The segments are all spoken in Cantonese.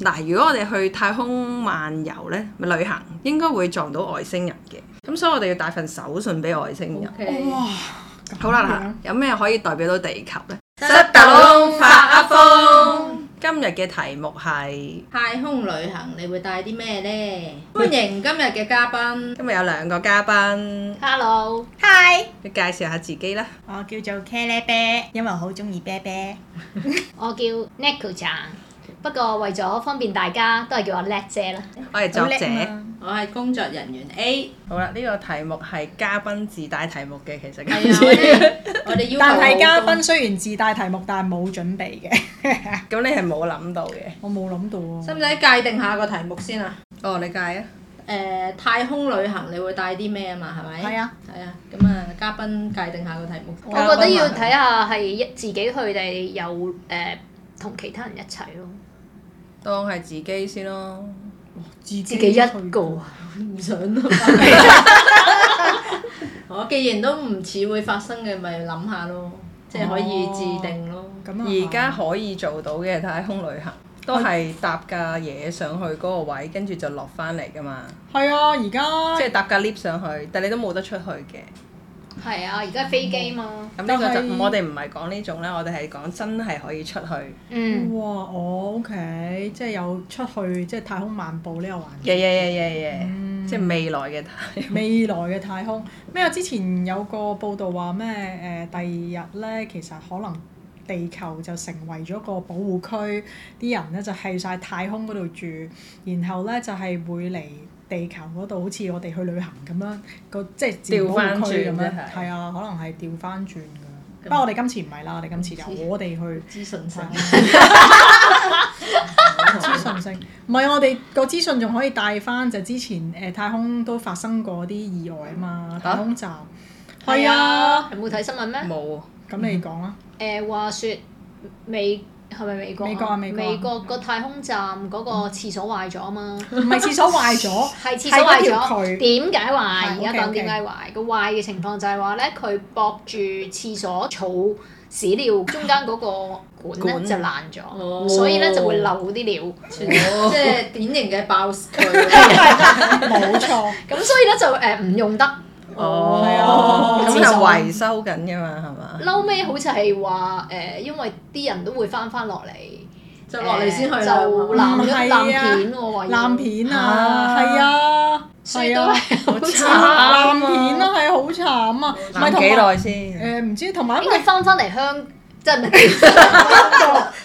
嗱，如果我哋去太空漫遊呢，咪旅行應該會撞到外星人嘅。咁所以我哋要帶份手信俾外星人。 OK，好啦，嗱，有咩可以代表到地球呢？塞豆窿發噏風。今日嘅題目係太空旅行你會帶啲咩呢？歡迎今日嘅嘉賓，今日有兩個嘉賓， Hello。Hi。你介紹下自己啦。我叫做茄喱啤，因為好中意啤啤。我叫 Neko 醬，不過為咗方便大家，都係叫我叻姐啦。我係作者。啊我係工作人員 A。好啦，呢、個題目係嘉賓自帶題目嘅，其實 係啊，我哋我哋要求但係嘉好高賓雖然自帶題目，但係冇準備嘅， 咁你係冇諗到嘅。我冇諗到啊喎。使唔使界定下個題目先啊？哦，你介啊？誒、太空旅行你會帶啲咩啊嘛？係咪？係啊。係啊，咁啊，嘉賓界定下個題目。我覺得要睇下係一自己去定有誒同其他人一齊咯。當係自己先咯。自己自己一個去啊，唔想咯。我既然都唔似會發生嘅，咪諗下咯，即係可以哦自定咯。咁啊而家可以做到嘅太空旅行，都係搭架嘢上去嗰個位，跟住就落翻嚟噶嘛。係啊，而家即係搭架 lift 上去，但你都冇得出去嘅。係啊，而家飛機嘛，咁呢個就但係我哋唔係講呢種啦，我哋係講真係可以出去嗯，哇，我 OK，即係有出去即係太空漫步呢個環嘅嘢嘢嘢嘢，即係未來嘅太空。未來嘅太空咩？啊我之前有個報道話咩誒，第二日咧其實可能地球就成為咗個保護區，啲人咧就去晒太空嗰度住，然後咧就係、會嚟地球嗰度，好似我哋去旅行咁樣，個即係自然保護區咁調翻轉啫，樣係係啊，可能係調翻轉㗎。不過我哋今次唔係啦，我哋今次就我哋去。資訊性。資訊性，唔係我哋個資訊仲可以帶翻就之前誒、呃太空都發生過啲意外啊嘛，太空站係啊，你冇睇新聞咩？冇咁你講啊，誒話説美係咪美國？美國啊美國啊美國個太空站嗰個廁所壞咗啊嘛。唔係廁所壞 咗，係廁所壞係嗰條咗，渠點解壞？係而家 OK，OK 講點解壞？個壞嘅情況就係話咧，佢駁住廁所儲屎尿中間嗰個管咧管就爛哦咗，所以咧就會漏啲尿。即係典型嘅爆佢。冇錯，咁所以咧就誒唔用得。哦，咁係就啊維修緊㗎嘛，係嘛？嬲尾好似係話誒，因為啲人都會翻翻落嚟，就落嚟先去誒啦。就啦爛唔咗係爛啊片喎，話要爛，片啊，係啊，所以係都啊，係慘好慘。爛片啊，係好慘啊，唔係行幾同埋呃耐先？誒唔知同埋因應為該翻翻嚟香，即係 唔係翻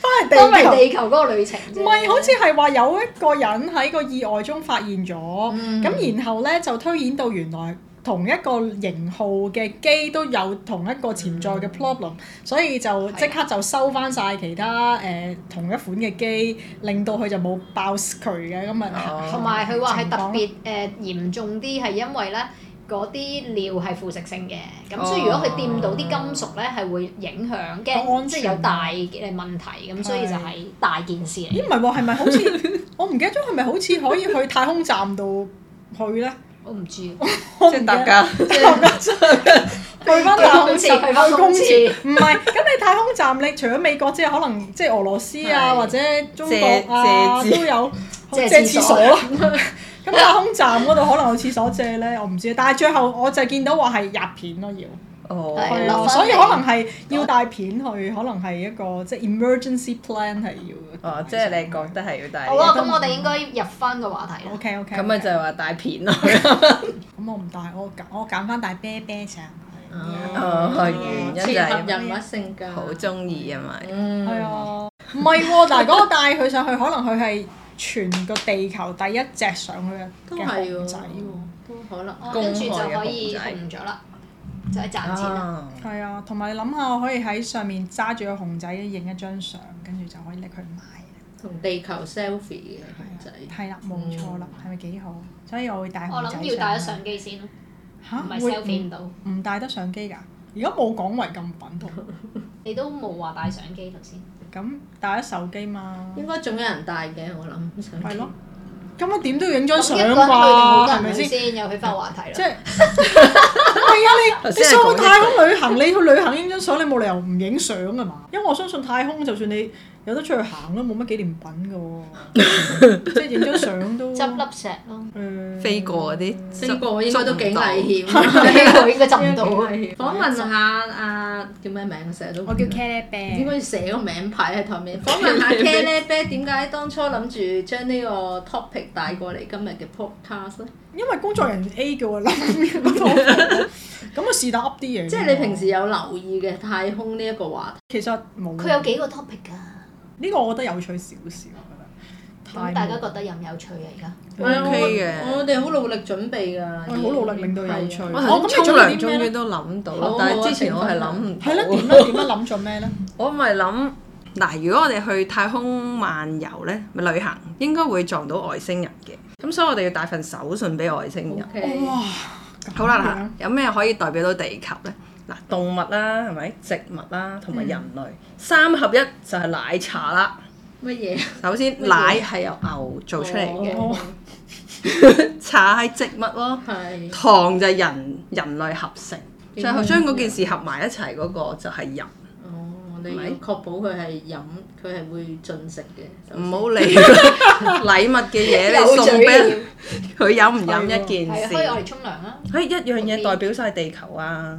翻嚟嚟地球。地球嗰個旅程啫。唔係，好似係話有一個人喺個意外中發現咗，咁、嗯然後咧就推演到原來同一個型號嘅機都有同一個潛在嘅 problem，、所以就即刻就收翻晒其他誒、呃同一款嘅機，令到佢就冇爆佢嘅咁哦啊。同埋佢話係特情況別誒、嚴重啲，係因為咧嗰啲尿係腐蝕性嘅，咁、哦所以如果佢掂到啲金屬咧，係會影響個嘅，安全即係有大嘅問題，咁所以就係大件事嚟。咦唔係喎，係咪好似我唔記得咗係咪好似可以去太空站度去咧？我唔知，即係搭架去翻太空站，去公廁去返去公公廁廁，唔係咁你太空站，你除咗美國之外，可能即係俄羅斯啊，係或者中國啊借都借有 借借廁廁所所 咯。咁太空站嗰度可能有廁所借咧，我唔知。但係最後我就見到話係入片咯，要哦，係係落啊，返嚟所以可能係要帶片去，可能係一個即係 emergency plan 係要嘅。哦，即係你覺得係要帶好嘢？啊，咁我哋應該入翻個話題啦。 OK OK，咁咪就係話帶片咯。咁我唔帶，我揀我揀翻帶啤啤上。哦，原因就切合係人物性格。好中意啊嘛。嗯。係啊，唔係喎，但係嗰個帶佢上去，可能佢係全個地球第一隻上去都嘅係嘅熊喎仔喎。，都可能。哦跟住就可以公開嘅紅咗啦，就係賺錢啦。啊，係啊，同埋你諗下，我可以喺上面揸住個熊仔影一張相，跟住就可以拎佢賣。同地球 selfie 嘅仔，係啦，冇錯啦，係咪幾好？所以我會帶嗯我熊仔諗要帶咗上相機先咯，去唔係嚇 selfie 唔會到。唔唔帶得相機㗎？而家冇講違禁品同，你都冇話帶相機頭先。咁帶咗手機嘛？嗯應該仲有人帶嘅，我諗。啊係咯，咁啊點都要影張相一個人去定好啩，係咪多人啊去先？先？又去翻話題即啦。係係啊！你頭你先係上講過一太空旅行，你去旅行影張相，你冇理由唔影相㗎嘛？因為我相信太空就算你有得出去行都冇乜紀念品 㗎喎，即係影張相都執粒石 咯，誒飛過嗰啲星哥應該都幾危險。險。我 應該執唔到。 訪問下啊，叫咩名？成日都我叫 c a t b a 應 n 該寫個名牌喺台面。訪問下 K 咧啤點解當初諗住將呢個 topic 帶過嚟今日嘅 podcast 咧？因為工作人員 A 叫我諗呢個 topic 咁啊是但噏啲嘢。即係你平時有留意嘅太空呢一個話其實冇佢有幾個 topic 㗎，呢個，我覺得有趣少少。我覺得咁大家覺得有唔有趣啊？而家題，嗯 OK 嘅我我哋好努力準備㗎，我好努力令到有趣。係啊我哦頭咁先沖你做咗涼啲咩終於咧？都諗到好，但好係啊之前我係請諗唔係啦，到。點咧？點咧？諗咗咩咧？我咪諗嗱，如果我哋去太空漫遊咧，咪旅行應該會撞到外星人嘅。咁所以我哋要帶份手信俾外星人。啊 OK 哇！好啦，嗱，有咩可以代表到地球咧？嗱，動物啦，係咪？植物啦，同埋人類，三合一就係奶茶啦。乜嘢？首先，乜嘢奶係由牛做出嚟嘅，哦 茶係植物咯，係糖就係人人類合成，最後將嗰件事合埋一齊嗰個就係人。哦，你係要咪確保佢係飲，佢係會進食嘅。首先唔好理 禮物嘅嘢，你送俾人佢飲唔飲一件係啊，事可以，我哋沖涼啊！可以一樣嘢代表晒地球啊！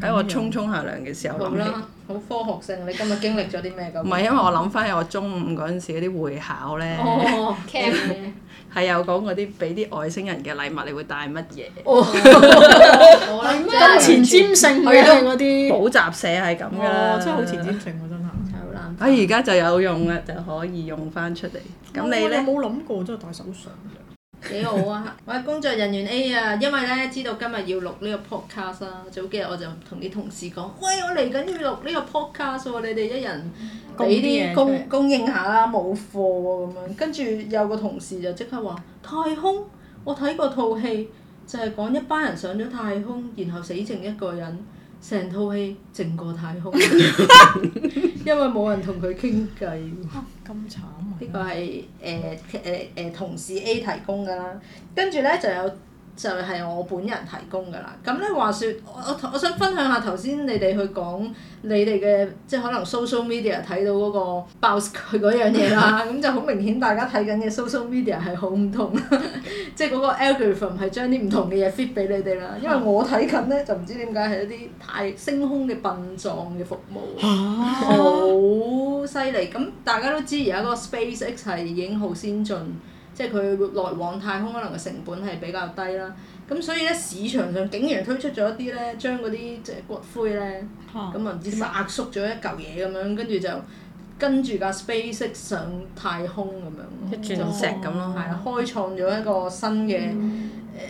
喺我沖沖下涼嘅時候好諗起，啦，好科學性。你今日經歷咗啲咩咁？唔係因為我諗翻起我中午嗰陣時嗰啲會考咧，哦 Camp 係有講嗰啲俾啲外星人嘅禮物，你會帶乜嘢？我諗咁前真係瞻性嘅啊嗰啲，補習社係咁噶啦，哦，真係好前瞻性喎，真係。好難。啊！而家就有用啦，就可以用翻出嚟。咁你我咧？有冇諗過真係戴手信嘅？幾好啊！我係工作人員 A 啊，因為咧知道今日要錄呢個 podcast 啦，早幾日我就同啲同事講：喂，我嚟緊要錄呢個 podcast 喎，你哋一人俾啲供啲嘢供出嚟供應下啦，冇貨喎咁樣。跟住有個同事就即刻話：太空，我睇過套戲，就係講一班人上咗太空，然後死剩一個人，成套戲靜過太 空，因為冇人同佢傾偈。咁慘啊！呢個係誒誒誒同事 A 提供㗎啦，跟住咧就有就係、我本人提供㗎啦。咁咧話説，我我我想分享下頭先你哋去講你哋嘅即係可能 social media 睇到嗰個爆佢嗰樣嘢啦，咁就好明顯大家睇緊嘅 social media 係好唔同， 即係嗰個 algorithm 係將啲唔同嘅嘢 fit 俾你哋啦。因為我睇緊咧就唔知點解係一啲太星空嘅殯葬嘅服務。啊好犀利！咁大家都知而家嗰個 SpaceX 係已經好先進，即係佢來往太空可能嘅成本係比較低啦。咁所以咧市場上竟然推出咗一啲咧，將嗰啲即係骨灰咧，嚇咁啊唔知點解壓縮咗一嚿嘢咁樣，跟住就跟住架 SpaceX 上太空咁樣，一鑽石咁咯係，啊，開創咗一個新嘅誒、呃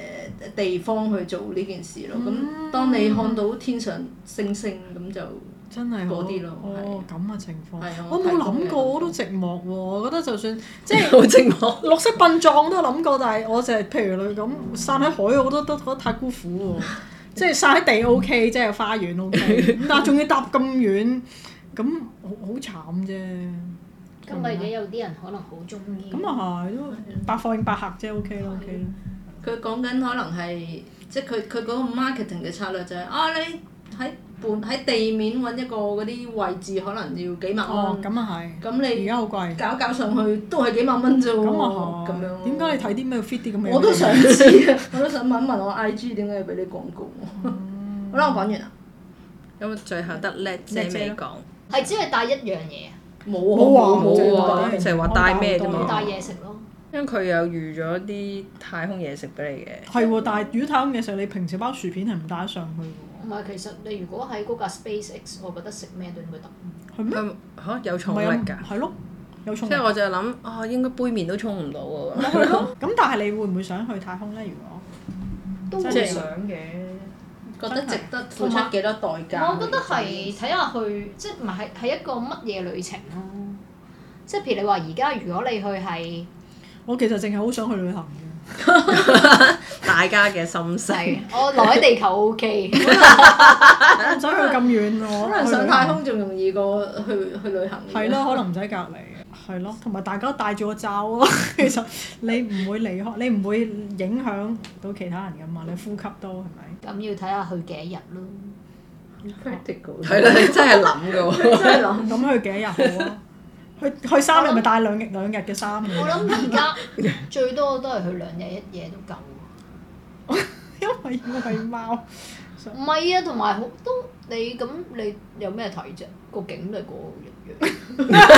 地方去做呢件事咯。咁、當你看到天上星星咁就〜真係好嗰啲咯哦咁嘅情況係啊，我冇諗過，我都寂寞喎。我覺得就算即係好寂寞。綠色殯葬都有諗過，但係我就係譬如你咁散喺海，我都都覺得太孤苦喎。即係散喺地 O K，即係花園 O K，但係仲要搭咁遠，咁好好慘啫。 咁咪而家有啲人可能好中意。咁啊係，都百貨應百客啫，O K 啦 O K 啦。佢講緊可能係即係佢佢嗰個 marketing 嘅策略就係、啊你喺半喺地面揾一個嗰啲位置可能要幾萬哦，蚊，咁、咁啊係。而你家好貴。搞搞上去都係幾萬蚊啫喎，咁啊咁係。樣點解你睇啲咩 fit 啲咁嘅嘢？我都想知啊， 我都想問一問我 IG 點解要俾你廣告？嗯好啦，我講完啦，咁最後得叻姐未講，係只係帶一樣嘢，冇冇啊啊冇冇啊啊，冇啊就係話帶咩啫冇嘛啊。帶嘢食咯。因為佢有預咗啲太空嘢食俾你嘅。係喎，但係如果太空嘅時候，你平時包薯片係唔帶得上去喎，唔係，其實你如果喺嗰架 SpaceX，我覺得食咩都應該得。係咩？佢嚇有重唔力係啊㗎，係咯，有重即力係。我就諗啊，應該杯麵都沖唔到喎。係咯，咁但係你會唔會想去太空咧？如果會都會想嘅。啊覺得值得付出幾多代價？我覺得係睇下去，即係唔係係係一個乜嘢旅程咯、即係譬如你話而家如果你去係我其實淨係好想去旅行嘅，大家嘅心聲。係，我留喺地球 O K，我唔想去咁遠喎。可能上太去空仲容易過去去旅行。旅行係咯，可能唔使隔離。係咯，同埋大家戴住個罩咯。 其實你唔會離開，你唔會影響到其他人噶嘛。你呼吸都係咪？咁要睇下去幾日咯。 practical 係啦，你真係諗㗎喎。真係諗咁去幾日好 啊？去去三日咪帶兩日兩日嘅衫啊我嘅，諗而家嗯 最多都係去兩日一夜都夠。 因為餵貓。唔係啊，同埋好都你咁你有咩睇啫？個景都係嗰樣。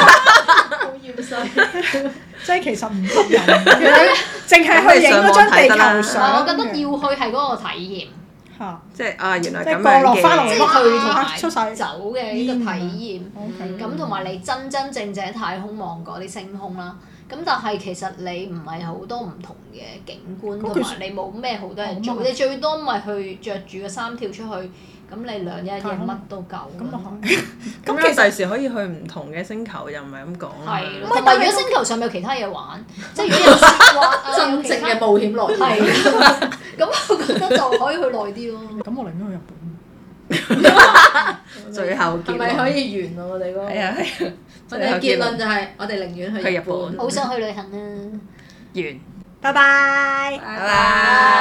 好厭世，即係其實唔吸引， 淨係去影嗰張地球但係相。我覺得要去係嗰個體驗，嚇，即係啊，原來即係咁降落返即嚟樣嘅。哇係去同哇出晒啊埋走嘅呢個體驗。嗯 OK 咁同埋你真真正正喺太空望過啲星空啦。咁但係其實你唔係好多唔同嘅景觀，咁哦同其埋你冇咩好多嘢冇做，乜你最多咪去着住個衫跳出去，咁你兩日一夜太空乜都夠啦。咁啊係。咁其咁其實實第時可以去唔同嘅星球，又唔係咁講啊啦。係咯，唔係同埋如但係果星球上面有其他嘢玩，即係如果有絲滑啊，有 真其正他嘅冒險來源。係啊咁我覺得就可以去耐啲咯。咁我寧願去日本。最後結論係咪可以完啊？我哋嗰個係啊，係啊我哋嘅結論就係我哋寧願去去日日本。本好想去旅行啊！完，拜拜。拜拜。